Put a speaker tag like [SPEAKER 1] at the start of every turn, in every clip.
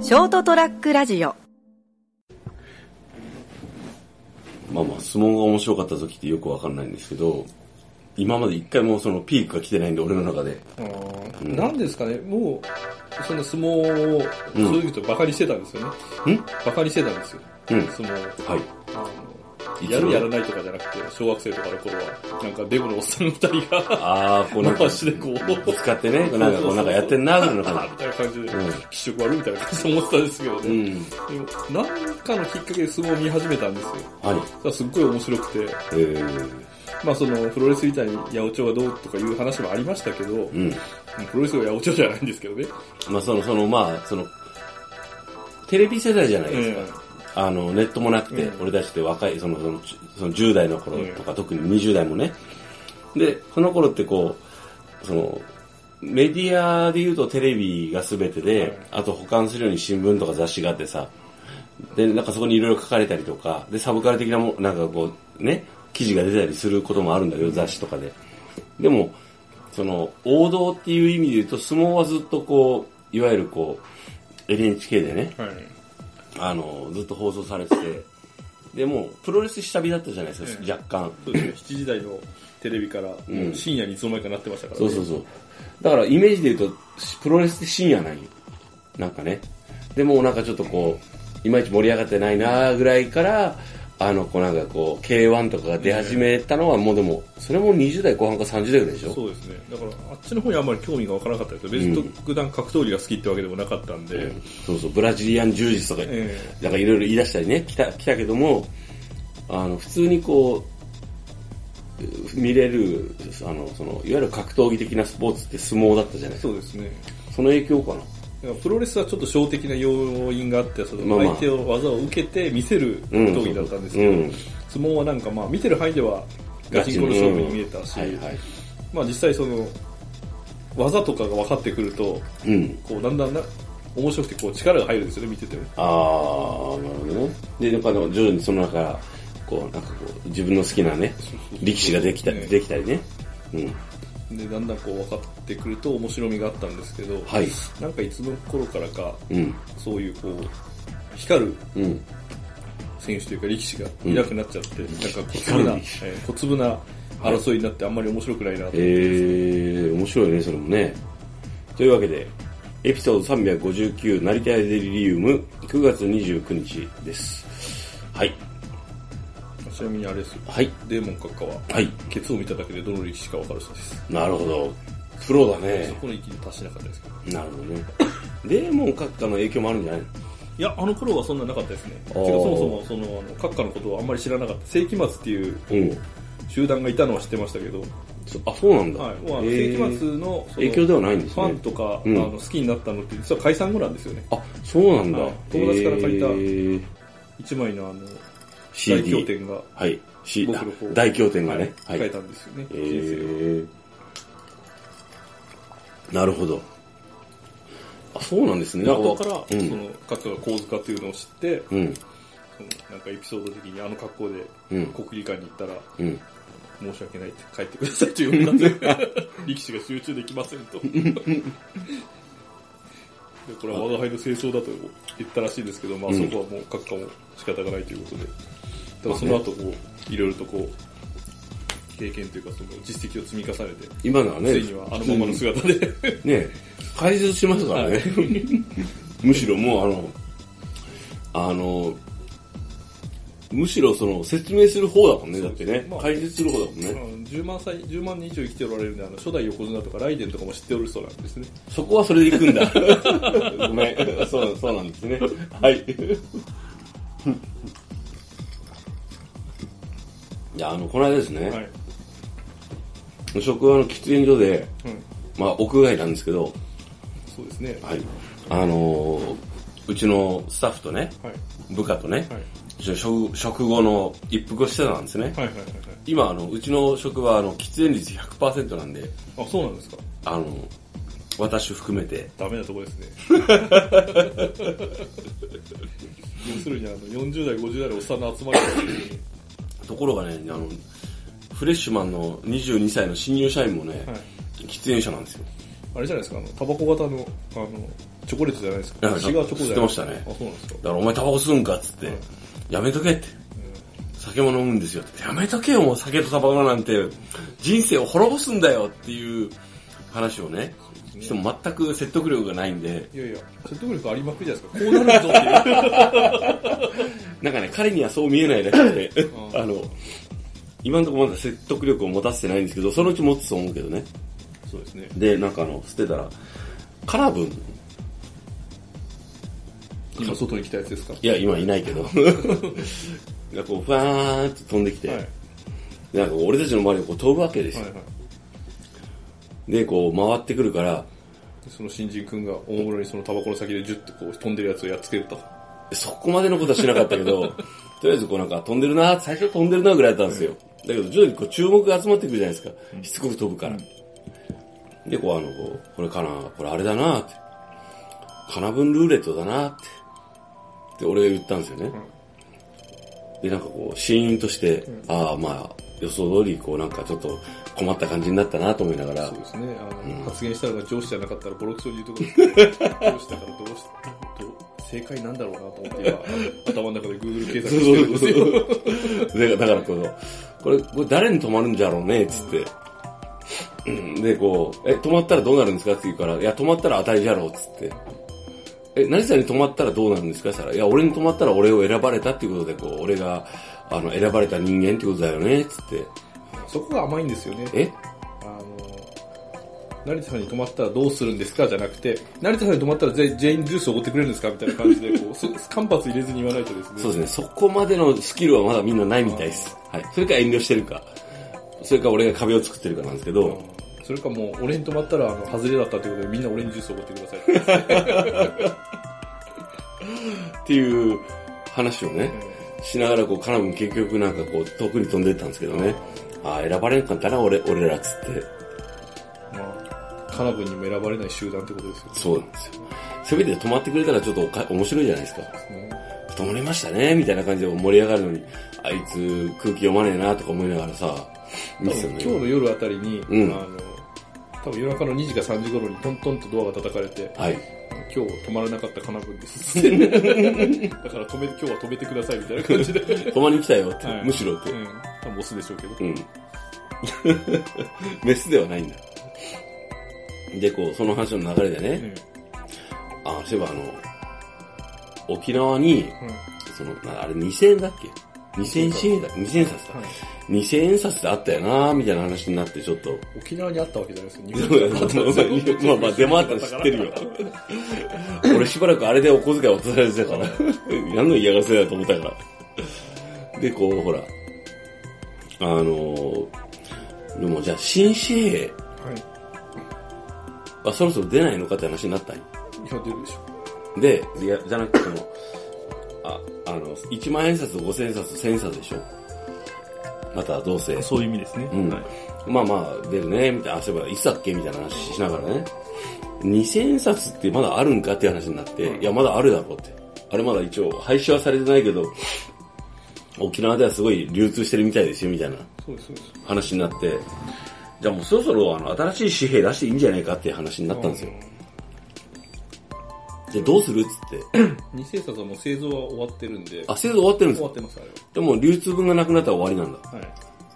[SPEAKER 1] ショートトラックラジオ
[SPEAKER 2] まあまあ、相撲が面白かった時ってよくわかんないんですけど、今まで一回もそのピークが来てないんで、俺の中で。
[SPEAKER 3] あー
[SPEAKER 2] うん
[SPEAKER 3] なんですかね、もう、そんな相撲を正直とバカにしてたんですよね。
[SPEAKER 2] ん
[SPEAKER 3] バカにしてたんですよ。
[SPEAKER 2] うん。
[SPEAKER 3] 相撲を
[SPEAKER 2] はい。
[SPEAKER 3] あ
[SPEAKER 2] い
[SPEAKER 3] の
[SPEAKER 2] つ
[SPEAKER 3] やる
[SPEAKER 2] も
[SPEAKER 3] やらないとかじゃなくて、小学生とかの頃は、なんかデブのおっさんの二人が、
[SPEAKER 2] ああ、こうなんか、
[SPEAKER 3] 回しでこう
[SPEAKER 2] ぶつかってね、なんかこうなんかやってんな、ぐらいのか
[SPEAKER 3] みたいな感じで
[SPEAKER 2] な。、うん。
[SPEAKER 3] 気色悪いみたいな感じで思ってたんですけど
[SPEAKER 2] う
[SPEAKER 3] ね。
[SPEAKER 2] ん。
[SPEAKER 3] でも、なんかのきっかけで相撲を見始めたんですよ。
[SPEAKER 2] はい。
[SPEAKER 3] そしたらすっごい面白くて、
[SPEAKER 2] えー、
[SPEAKER 3] まあその、プロレスみたいに八百長がどうとかいう話もありましたけど、
[SPEAKER 2] うん。
[SPEAKER 3] プロレスが八百長じゃないんですけどね。
[SPEAKER 2] まあ、その、その、まあ、その、テレビ世代じゃないですか。
[SPEAKER 3] え
[SPEAKER 2] あの、ネットもなくて、
[SPEAKER 3] うん
[SPEAKER 2] 俺たちって若い、その、その、ちその10代の頃とか、特に20代もね。で、その頃ってこう、その、メディアで言うとテレビが全てで、
[SPEAKER 3] はい
[SPEAKER 2] あと保管するように新聞とか雑誌があってさ、で、なんかそこにいろいろ書かれたりとか、で、サブカル的なも、なんかこう、ね、記事が出たりすることもあるんだけど、雑誌とかで。でも、その、王道っていう意味で言うと、相撲はずっとこう、いわゆるこう、NHK でね、
[SPEAKER 3] えはい。
[SPEAKER 2] あの、ずっと放送されてて、で、もう、プロレス下火だったじゃないですか、
[SPEAKER 3] ええ
[SPEAKER 2] 若干。
[SPEAKER 3] そうですね、7時台のテレビから、
[SPEAKER 2] ん
[SPEAKER 3] 深夜にいつの間にかなってましたから
[SPEAKER 2] そ
[SPEAKER 3] ね。
[SPEAKER 2] うそうそう。だから、イメージで言うと、プロレスって深夜なんよ。なんかね。でも、なんかちょっとこう、いまいち盛り上がってないなぐらいから、あの、こうなんかこう、K1 とかが出始めたのは、もうでも、それも20代後半か30代ぐらいでしょ
[SPEAKER 3] そうですね。だから、あっちの方にあんまり興味がわからなかったですよ。別
[SPEAKER 2] うん
[SPEAKER 3] に特段格闘技が好きってわけでもなかったんで、
[SPEAKER 2] そうそう、ブラジリアン柔術とか、
[SPEAKER 3] え
[SPEAKER 2] なんかいろいろ言い出したりね、来た、来たけども、あの、普通にこう、見れる、あの、その、いわゆる格闘技的なスポーツって相撲だったじゃない
[SPEAKER 3] そうですね。
[SPEAKER 2] その影響かな。
[SPEAKER 3] だからプロレスはちょっと小的な要因があって、そ
[SPEAKER 2] まあ
[SPEAKER 3] の
[SPEAKER 2] まあ
[SPEAKER 3] 相手を技を受けて見せる格
[SPEAKER 2] うん。
[SPEAKER 3] 闘技だったんですけ
[SPEAKER 2] う
[SPEAKER 3] ど、
[SPEAKER 2] ん。
[SPEAKER 3] 相撲はなんかまあ見てる範囲ではガチンコの勝負に見えたし、
[SPEAKER 2] はいはい。
[SPEAKER 3] まあ実際その、技とかが分かってくると、
[SPEAKER 2] うん。
[SPEAKER 3] こうだんだんな、面白くてこう力が入るんですよね、見てても。
[SPEAKER 2] あー、なるほどね。で、なんか徐々にその中から、こう、なんかこう、自分の好きなね、力士ができたり、
[SPEAKER 3] ええ
[SPEAKER 2] できたりね。うん。
[SPEAKER 3] でだんだんこう分かってくると面白みがあったんですけど、
[SPEAKER 2] はい
[SPEAKER 3] なんかいつの頃からか
[SPEAKER 2] うん。
[SPEAKER 3] そういうこう光る
[SPEAKER 2] うん。
[SPEAKER 3] 選手というか力士がいなくなっちゃって、なんか
[SPEAKER 2] 光
[SPEAKER 3] 小粒
[SPEAKER 2] る
[SPEAKER 3] な、え
[SPEAKER 2] 力士
[SPEAKER 3] ー小粒な争いになってあんまり面白くないなと、
[SPEAKER 2] えー、面白いね、それもね。というわけで、エピソード359、成田アイデリウム、9月29日です。はい。
[SPEAKER 3] ちなみにあれですよ
[SPEAKER 2] はい。
[SPEAKER 3] デーモン閣下は、
[SPEAKER 2] はい。
[SPEAKER 3] ケツを見ただけでどの力士か分かる人です、
[SPEAKER 2] なるほど。プロだ
[SPEAKER 3] そ
[SPEAKER 2] ね。
[SPEAKER 3] この域に達しなかったですけど
[SPEAKER 2] なるほどね。デーモン閣下の影響もあるんじゃないの
[SPEAKER 3] いやあの頃はそんななかったですねて
[SPEAKER 2] あ
[SPEAKER 3] か
[SPEAKER 2] ー
[SPEAKER 3] そもそもそのあの閣下のことはあんまり知らなかった世紀末っていう
[SPEAKER 2] うん。
[SPEAKER 3] 集団がいたのは知ってましたけど、
[SPEAKER 2] そあ、そうなんだ。
[SPEAKER 3] はいまあ、
[SPEAKER 2] えー
[SPEAKER 3] 世紀末のその
[SPEAKER 2] 影響ではないんです
[SPEAKER 3] ファ
[SPEAKER 2] ね
[SPEAKER 3] ン。とか、
[SPEAKER 2] うん
[SPEAKER 3] あの好きになったのって実は解散後なんですよね。
[SPEAKER 2] あ、そうなんだ
[SPEAKER 3] はい。友達から借りた
[SPEAKER 2] えー
[SPEAKER 3] 一枚のあの、大経
[SPEAKER 2] CD。
[SPEAKER 3] 典が
[SPEAKER 2] はい。C
[SPEAKER 3] 僕の方
[SPEAKER 2] あ大経典がね。
[SPEAKER 3] 書いたんですよね。
[SPEAKER 2] え
[SPEAKER 3] 人
[SPEAKER 2] ー、なるほど。あ、そうなんですね。
[SPEAKER 3] 生で
[SPEAKER 2] なん
[SPEAKER 3] 後から、
[SPEAKER 2] う
[SPEAKER 3] そ
[SPEAKER 2] ん。
[SPEAKER 3] の、カッカが構図化というのを知って、
[SPEAKER 2] うん。
[SPEAKER 3] そのなんかエピソード的にあの格好で
[SPEAKER 2] うん。
[SPEAKER 3] 国技館に行ったら、
[SPEAKER 2] うん。
[SPEAKER 3] 申し訳ないって帰ってくださいという呼んだって、力士が集中できませんと。でこれは我が輩の清掃だと言ったらしいですけど、まあ
[SPEAKER 2] うん
[SPEAKER 3] そこはもう閣下も仕方がないということで、ただその後こう、いろいろとこう、経験というかその実績を積み重ねて、
[SPEAKER 2] 今のはね、
[SPEAKER 3] ついにはあのままの姿で、
[SPEAKER 2] ね、解説しますから ね。むしろもうあの、あの、むしろその説明する方だもんね、だってね。
[SPEAKER 3] まあ
[SPEAKER 2] 解説する方だもん
[SPEAKER 3] あ
[SPEAKER 2] ね。
[SPEAKER 3] の10万歳、10万人以上生きておられるんで、あの初代横綱とかライデンとかも知っておる人なんですね。
[SPEAKER 2] そこはそれで行くんだ。ごめん。そう、そうなんですね。はい。いや、あの、この間ですね、
[SPEAKER 3] はい。
[SPEAKER 2] 職場の喫煙所で、
[SPEAKER 3] うん。
[SPEAKER 2] まあ、屋外なんですけど、
[SPEAKER 3] そうですね。
[SPEAKER 2] はい。あのーうちのスタッフとね、
[SPEAKER 3] はい。
[SPEAKER 2] 部下とね、
[SPEAKER 3] はい。
[SPEAKER 2] 一緒に食食後の一服をしてたんですね。
[SPEAKER 3] はいはいはい
[SPEAKER 2] 今、あの、うちの職場、あの、喫煙率100%なんで、
[SPEAKER 3] はい。あ、そうなんですか。
[SPEAKER 2] あの、私含めて、
[SPEAKER 3] ダメなとこですね。要するにあの40代、50代のおっさんの集まりだというに
[SPEAKER 2] ところがね、あの、フレッシュマンの22歳の新入社員もね、
[SPEAKER 3] はい。
[SPEAKER 2] 喫煙者なんですよ。
[SPEAKER 3] あれじゃないですか、あの、タバコ型の、あの、チョコレートじゃないですか。
[SPEAKER 2] いや
[SPEAKER 3] 違うチョコじゃない
[SPEAKER 2] 知ってましたね
[SPEAKER 3] あ、そうなんですか。
[SPEAKER 2] だからお前タバコ吸うんかっつって、やめとけって。酒も飲むんですよって。やめとけよ、もう酒とタバコなんて、人生を滅ぼすんだよっていう話をね、しても全く説得力がないんで、
[SPEAKER 3] いやいや、説得力ありまくりじゃないですか。こうなるぞっていう。
[SPEAKER 2] なんかね、彼にはそう見えないだけで、
[SPEAKER 3] う ん
[SPEAKER 2] あの、今のところまだ説得力を持たせてないんですけど、そのうち持つと思うけどね。
[SPEAKER 3] そうですね。
[SPEAKER 2] で、なんかあの、捨てたら、カラブン、
[SPEAKER 3] 今外に来たやつですか。
[SPEAKER 2] いや、今いないけ ど、がこう、ふわーんと飛んできて、
[SPEAKER 3] はい。はい
[SPEAKER 2] でなんか俺たちの周りをこう飛ぶわけですよ。
[SPEAKER 3] はい。
[SPEAKER 2] で、こう回ってくるから、
[SPEAKER 3] その新人君がおもむろにそのタバコの先でジュッてこう飛んでるやつをやっつけると。
[SPEAKER 2] そこまでのことはしなかったけど、 とりあえずこうなんか飛んでるな、最初飛んでるなぐらいだったんですよ。だけど徐々にこう注目が集まってくるじゃないですか。しつこく飛ぶから。で、こうあの、こうこれかな、これあれだなって。カナブンルーレットだなって。って俺が言ったんですよね。で、なんかこう、シーンとして、ああ、まあ、予想通りこうなんかちょっと困った感じになったなと思いながら
[SPEAKER 3] そう、ですね。あの、発言したのが上司じゃなかったらボロクソに言うとこですけど上司だからどうしどう正解なんだろうなと思って今、頭の中で Google 検索してるんですよ。
[SPEAKER 2] でだからこの、これ、これ誰に止まるんじゃろうね、つって。うんで、こう、え、止まったらどうなるんですかって言うから、いや、止まったら当たりじゃろう、つって。え、何さんに止まったらどうなるんですかって言ったら、いや、俺に止まったら俺を選ばれたっていうことで、こう、俺が、あの、選ばれた人間ってことだよね、つって。
[SPEAKER 3] そこが甘いんですよね。
[SPEAKER 2] え
[SPEAKER 3] あの、成田さんに泊まったらどうするんですかじゃなくて、成田さんに泊まったら全全員ジュースおごってくれるんですかみたいな感じで、こう、す間髪入れずに言わないとですね。
[SPEAKER 2] そうですね、そこまでのスキルはまだみんなないみたいです。はい。それか遠慮してるか、それか俺が壁を作ってるかなんですけど、
[SPEAKER 3] それかもう、俺に泊まったら、あの、外れだったってことで、みんな俺にジュースおごってください。
[SPEAKER 2] っていう話をね、しながらこう、カナブン結局なんかこう、遠くに飛んでったんですけどね。ああ、選ばれんかったな、俺、俺らっつって。
[SPEAKER 3] まあ、カナブンにも選ばれない集団ってことですよ
[SPEAKER 2] そうなんですよ。せめて止まってくれたらちょっとおか面白いじゃないですか。
[SPEAKER 3] ね。
[SPEAKER 2] 止まりましたね、みたいな感じで盛り上がるのに、あいつ空気読まねえなとか思いながらさ、見
[SPEAKER 3] 多
[SPEAKER 2] てた
[SPEAKER 3] 分
[SPEAKER 2] の
[SPEAKER 3] 今日の
[SPEAKER 2] よ。
[SPEAKER 3] 夜あたりに、
[SPEAKER 2] うん
[SPEAKER 3] あの、多分夜中の2時か3時頃にトントンとドアが叩かれて、
[SPEAKER 2] はい。
[SPEAKER 3] 今日泊まらなかったカナブンですって。 だから止め、今日は止めてくださいみたいな感 じで。うん。
[SPEAKER 2] 止まりに来たよって、
[SPEAKER 3] はい
[SPEAKER 2] むしろって。
[SPEAKER 3] 多分オスでしょうけど。
[SPEAKER 2] うん。 メスではないんだ。で、こう、その話の流れで
[SPEAKER 3] う
[SPEAKER 2] ね、
[SPEAKER 3] ん。
[SPEAKER 2] あ、そういえばあの、沖縄に、
[SPEAKER 3] うん
[SPEAKER 2] その、なあれ2000円だっけ ?2000 円シーンだ、2000円札だ。
[SPEAKER 3] はい
[SPEAKER 2] 2000円札であったよなみたいな話になって、ちょっと。
[SPEAKER 3] 沖縄にあったわけじゃないですよ。日本にあったわけじゃない
[SPEAKER 2] まあまあ、出回ったの知ってるよ。俺しばらくあれでお小遣い渡されてたから。やんの嫌がらせだと思ったから。で、こう、ほら。あのーでもじゃあ、新紙幣
[SPEAKER 3] はい。
[SPEAKER 2] がそろそろ出ないのかって話になったんよ
[SPEAKER 3] いや、出るでしょ。
[SPEAKER 2] で、いやじゃなくてその、あ、あの、1万円札、5000円札、1000円札でしょまたどうせ。
[SPEAKER 3] そういう意味ですね。
[SPEAKER 2] うん
[SPEAKER 3] はい。
[SPEAKER 2] まあまあ、出るね、みたいな、あ、そういえば、いつだっけみたいな話しながらね。2000円札ってまだあるんかっていう話になって、いや、まだあるだろうって。あれまだ一応、廃止はされてないけど、沖縄ではすごい流通してるみたいですよ、みたいな
[SPEAKER 3] そうです、そうです。
[SPEAKER 2] 話になって、じゃあもうそろそろ、あの、新しい紙幣出していいんじゃないかっていう話になったんですよ。で、どうするっつって。
[SPEAKER 3] 二千冊はもう製造は終わってるんで、
[SPEAKER 2] あ、製造終わってるんで
[SPEAKER 3] 終
[SPEAKER 2] す
[SPEAKER 3] わっ
[SPEAKER 2] か
[SPEAKER 3] てます、あれは。
[SPEAKER 2] でも、流通分がなくなったら終わりなんだ。
[SPEAKER 3] はい。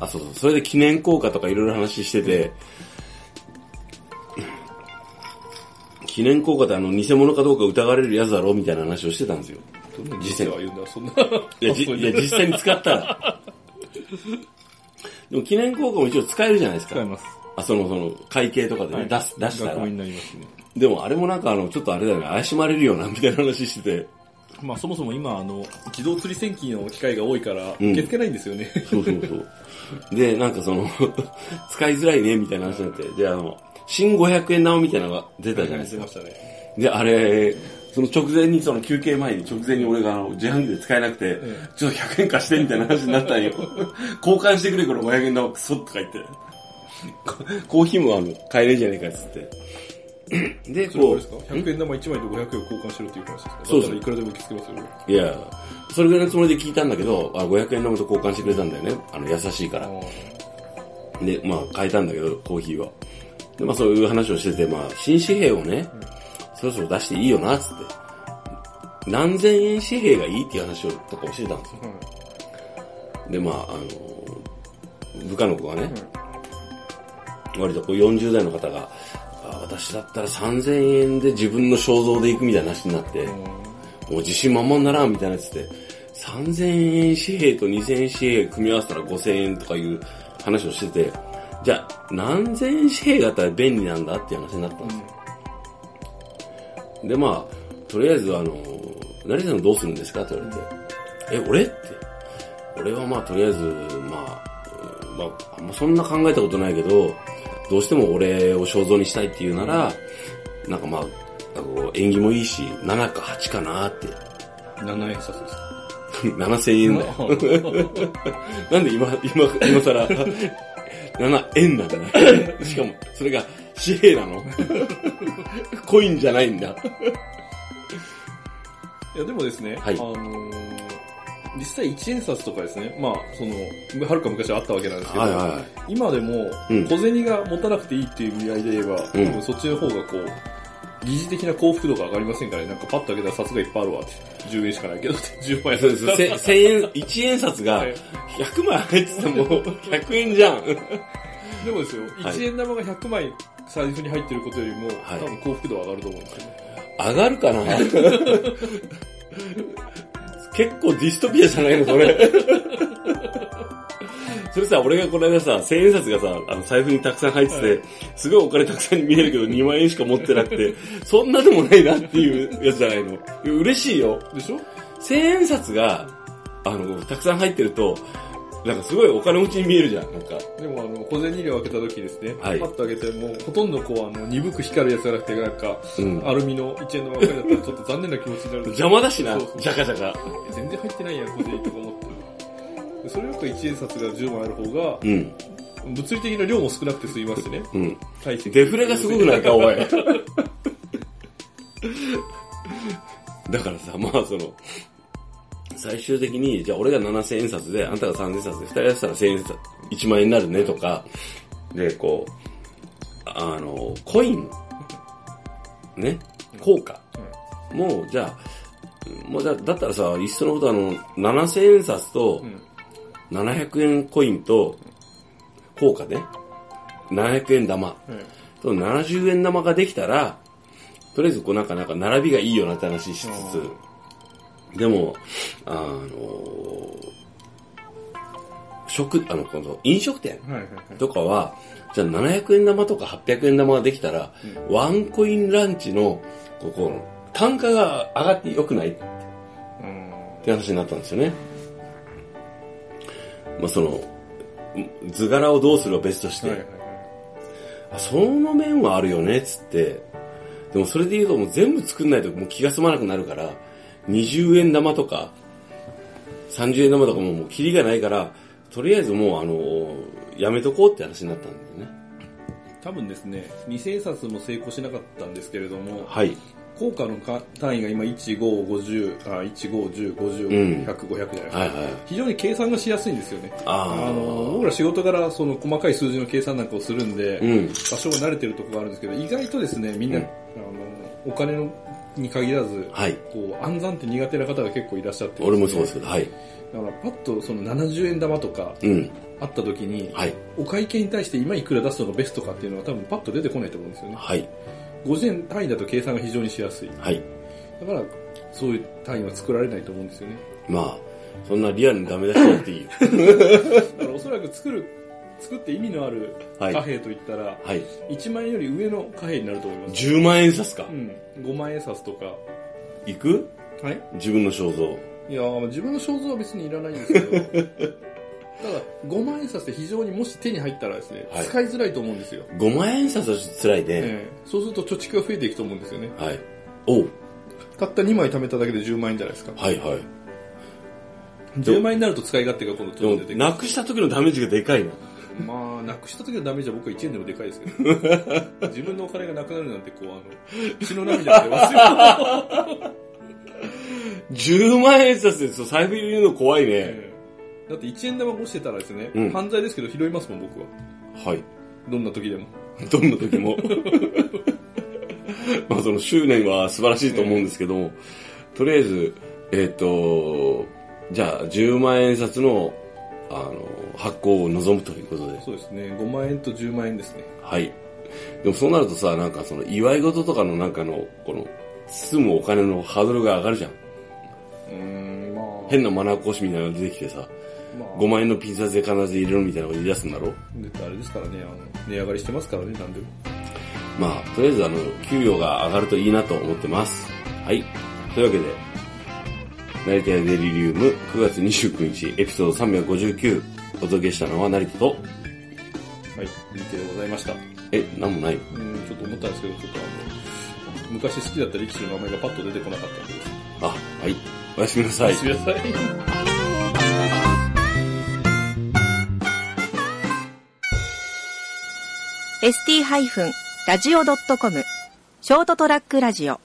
[SPEAKER 2] あ、そうそう。それで記念硬貨とかいろいろ話してて、記念硬貨ってあの、偽物かどうか疑われるやつだろみたいな話をしてたんですよ。
[SPEAKER 3] そんな実は言うんだ、 そんな。
[SPEAKER 2] いや、じいや実際に使ったら。でも記念硬貨も一応使えるじゃないです
[SPEAKER 3] 使い
[SPEAKER 2] か。
[SPEAKER 3] ます。
[SPEAKER 2] あ、その、その、会計とかでね、出す、出した
[SPEAKER 3] 額
[SPEAKER 2] ら
[SPEAKER 3] に。なりますね。
[SPEAKER 2] でもあれもなんかあの、ちょっとあれだよね、怪しまれるよな、みたいな話してて。
[SPEAKER 3] まあそもそも今、あの、自動釣り戦記の機会が多いから、
[SPEAKER 2] ん
[SPEAKER 3] 受け付けないんですよね。
[SPEAKER 2] そうそうそう。で、なんかその、 使いづらいね、みたいな話になって。で、あの、新500円玉みたいなのが出たじゃないです
[SPEAKER 3] 出
[SPEAKER 2] か
[SPEAKER 3] まし。たね。
[SPEAKER 2] で、あれ、その直前に、その休憩前に直前に俺があの自販機で使えなくて、
[SPEAKER 3] え
[SPEAKER 2] ちょっと100円貸してみたいな話になったん よ。交換してくれ、この500円玉クソとか言って。こコーヒーもあの、買えねえじゃねえかっつって。 で、
[SPEAKER 3] それはあ
[SPEAKER 2] こ
[SPEAKER 3] れですか
[SPEAKER 2] う、
[SPEAKER 3] ?100 円玉1枚と500円を交換しろっていう話ですか
[SPEAKER 2] そうそう
[SPEAKER 3] だったらいくらでも受け付けます
[SPEAKER 2] い
[SPEAKER 3] よ。
[SPEAKER 2] や、それぐらいのつもりで聞いたんだけど、あ500円玉と交換してくれたんだよね。あの、優しいから。
[SPEAKER 3] あ
[SPEAKER 2] で、まあ、変えたんだけど、コーヒーは。で、まあそういう話をしてて、まあ新紙幣をね、そろそろ出していいよな、つって。何千円紙幣がいいっていう話をとか教えたんですよ。で、まああの、部下の子がね、割とこう40代の方が、あ私だったら3000円で自分の肖像で行くみたいな話になって、
[SPEAKER 3] うんうん
[SPEAKER 2] もう自信満々ならんみたいなやつで、3000円紙幣と2000円紙幣組み合わせたら5000円とかいう話をしてて、じゃあ何千円紙幣だったら便利なんだっていう話になったんですよ。で、まあ、とりあえず、あの、成田さんどうするんですかって言われて、え、俺って。俺はまあ、とりあえず、まあ、うんまあ、あんまそんな考えたことないけど、どうしても俺を肖像にしたいっていうなら、なんかまあ、なんかこう縁起もいいし、7か8かなって。
[SPEAKER 3] 7円札ですか
[SPEAKER 2] 7000円だよ。 なんで今、今、今更、7円なんだ ね。しかも、それが紙幣なのコインじゃないんだ。
[SPEAKER 3] いやでもですね、
[SPEAKER 2] はい
[SPEAKER 3] あのー実際1円札とかですね、まあ、その、はるか昔はあったわけなんですけど、
[SPEAKER 2] はいはいはい。
[SPEAKER 3] 今でも
[SPEAKER 2] うん
[SPEAKER 3] 小銭が持たなくていいっていう意味合いで言えば、
[SPEAKER 2] うん
[SPEAKER 3] 多分そっちの方がこう、疑似的な幸福度が上がりませんからね、なんかパッと開けたら札がいっぱいあるわって、10円しかないけどって、10万円
[SPEAKER 2] そうです。せ千円、一円札が
[SPEAKER 3] はい
[SPEAKER 2] 100枚入ってても100円じゃん。
[SPEAKER 3] でもですよ、1円玉が100枚財布に入ってることよりも、
[SPEAKER 2] はい
[SPEAKER 3] 多分幸福度は上がると思うんですよね。
[SPEAKER 2] 上がるかな 結構ディストピアじゃないのそ れ。それさ、俺がこの間さ、千円札がさ、あの財布にたくさん入ってて、すごいお金たくさんに見えるけど2万円しか持ってなくて、そんなでもないなっていうやつじゃないの。嬉しいよ。
[SPEAKER 3] でしょ
[SPEAKER 2] 千円札が、あの、たくさん入ってると、なんかすごいお金持ちに見えるじゃん。なんか、
[SPEAKER 3] でもあの、小銭入れを開けた時ですね、
[SPEAKER 2] はい
[SPEAKER 3] パッと開けても、ほとんどこう、あの、鈍く光るやつじゃなくて、なんか、
[SPEAKER 2] うん
[SPEAKER 3] アルミの1円玉ばっかりだったらちょっと残念な気持ちになる。
[SPEAKER 2] 邪魔だしな
[SPEAKER 3] そう、そう
[SPEAKER 2] ジャカジャカ。
[SPEAKER 3] 全然入ってないやん、小銭とか思ってでそれよりか1円札が10枚ある方が、
[SPEAKER 2] うん、
[SPEAKER 3] 物理的な量も少なくて済みますしね。
[SPEAKER 2] うん。
[SPEAKER 3] 体積
[SPEAKER 2] デフレがすごくないか、おい。 だからさ、まあその、最終的に、じゃあ俺が7000円札で、あんたが3000円札で、二人やってたら1000円札、1万円になるねとか、で、こう、あの、コイン、ね、効果。もう、じゃあ、もうだだったらさ、いっそのことあの、7000円札と
[SPEAKER 3] うん。
[SPEAKER 2] 700円コインと、効果ね、700円玉。
[SPEAKER 3] うん。
[SPEAKER 2] その70円玉ができたら、とりあえずこうなんかなんか並びがいいよなって話しつ
[SPEAKER 3] う
[SPEAKER 2] つ、でも、あの食、あの、この飲食店
[SPEAKER 3] はいはいはい。
[SPEAKER 2] とかは、じゃあ700円玉とか800円玉ができたら、ワンコインランチの、ここの、単価が上がってよくない
[SPEAKER 3] うん。
[SPEAKER 2] って話になったんですよね。まあその、図柄をどうするを別として、
[SPEAKER 3] はいはいは
[SPEAKER 2] あその面はあるよね、つって。でもそれで言うともう全部作んないともう気が済まなくなるから、20円玉とか、30円玉とかももうキリがないから、とりあえずもうあの、やめとこうって話になったんだよね。
[SPEAKER 3] い。多分ですね、2000円札も成功しなかったんですけれども、
[SPEAKER 2] はい。
[SPEAKER 3] 効果のか単位が今1、5、50、あ、1、5、10、
[SPEAKER 2] うん
[SPEAKER 3] 50、100、500じゃないですか。
[SPEAKER 2] はいはい。
[SPEAKER 3] 非常に計算がしやすいんですよね。
[SPEAKER 2] あー
[SPEAKER 3] あの、僕ら仕事からその細かい数字の計算なんかをするんで、
[SPEAKER 2] うん。
[SPEAKER 3] 多少は慣れてるところがあるんですけど、意外とですね、みんな、
[SPEAKER 2] うん
[SPEAKER 3] あの、お金のに限らず、
[SPEAKER 2] はい。
[SPEAKER 3] こう、暗算って苦手な方が結構いらっしゃって、
[SPEAKER 2] 俺もそうですけど、はい。
[SPEAKER 3] だから、パッとその70円玉とか
[SPEAKER 2] うん。
[SPEAKER 3] あった時に、
[SPEAKER 2] はい。
[SPEAKER 3] お会計に対して今いくら出すのがベストかっていうのは多分パッと出てこないと思うんですよね。
[SPEAKER 2] はい。
[SPEAKER 3] 50円単位だと計算が非常にしやすい。
[SPEAKER 2] はい。
[SPEAKER 3] だから、そういう単位は作られないと思うんですよね。
[SPEAKER 2] まあ、そんなリアルにダメ出しなくていいよ。
[SPEAKER 3] だから、おそらく作る、作って意味のある
[SPEAKER 2] はい
[SPEAKER 3] 貨幣といったら、
[SPEAKER 2] はい。
[SPEAKER 3] 1万円より上の貨幣になると思います。
[SPEAKER 2] 10万円札か
[SPEAKER 3] う。ん。5万円札とか。
[SPEAKER 2] いく
[SPEAKER 3] はい
[SPEAKER 2] 自分の肖像。
[SPEAKER 3] いやー自分の肖像は別にいらないんです けど、ただ、5万円札って非常にもし手に入ったらですね、
[SPEAKER 2] はい
[SPEAKER 3] 使いづらいと思うんですよ。
[SPEAKER 2] 5万円札はちょっと辛いね。
[SPEAKER 3] ええそうすると貯蓄が増えていくと思うんですよね。
[SPEAKER 2] はい。おう。
[SPEAKER 3] たった2枚貯めただけで10万円じゃないですか。
[SPEAKER 2] はいはい。
[SPEAKER 3] 10万円になると使い勝手が今度ち
[SPEAKER 2] で
[SPEAKER 3] ょ
[SPEAKER 2] も
[SPEAKER 3] っと出てく
[SPEAKER 2] なくした時のダメージがでかいな。
[SPEAKER 3] る。まあ、なくした時のダメージは僕は1円でもでかいですけど、 自分のお金がなくなるなんて、こう、あの、血の涙で 忘れる。
[SPEAKER 2] 10万円札でそう財布入れるの怖いね。
[SPEAKER 3] ええだって1円玉落ちてたらですね、
[SPEAKER 2] うん
[SPEAKER 3] 犯罪ですけど拾いますもん、僕は。
[SPEAKER 2] はい。
[SPEAKER 3] どんな時でも。
[SPEAKER 2] どんな時 も。まあその執念は素晴らしいと思うんですけども、とりあえず、えっ、と、じゃあ10万円札のあの発行を望むということで。
[SPEAKER 3] そうですね。5万円と10万円ですね。
[SPEAKER 2] はい。でもそうなるとさ、なんかその祝い事とかのなんかの、この、包むお金のハードルが上がるじゃん。
[SPEAKER 3] うーん、まあ。
[SPEAKER 2] 変なマナー講師みたいなのが出てきてさ、
[SPEAKER 3] まあ、
[SPEAKER 2] 5万円のピン札で必ず入れろみたいなこと言い出すんだろ
[SPEAKER 3] だってあれですからね、あの値上がりしてますからね、なんでも。
[SPEAKER 2] まあ、とりあえずあの、給料が上がるといいなと思ってます。はい。というわけで、成田屋デリリウム9月29日エピソード359お届けしたのは成田と、
[SPEAKER 3] はい、認定でございました。
[SPEAKER 2] え、なんもないの
[SPEAKER 3] うん、ちょっと思ったんですけど、ちょっとあの、昔好きだった力士の名前がパッと出てこなかったんでです。
[SPEAKER 2] あ、はい。おやすみなさい。
[SPEAKER 3] すみません。
[SPEAKER 1] ST-radio.com ショートトラックラジオ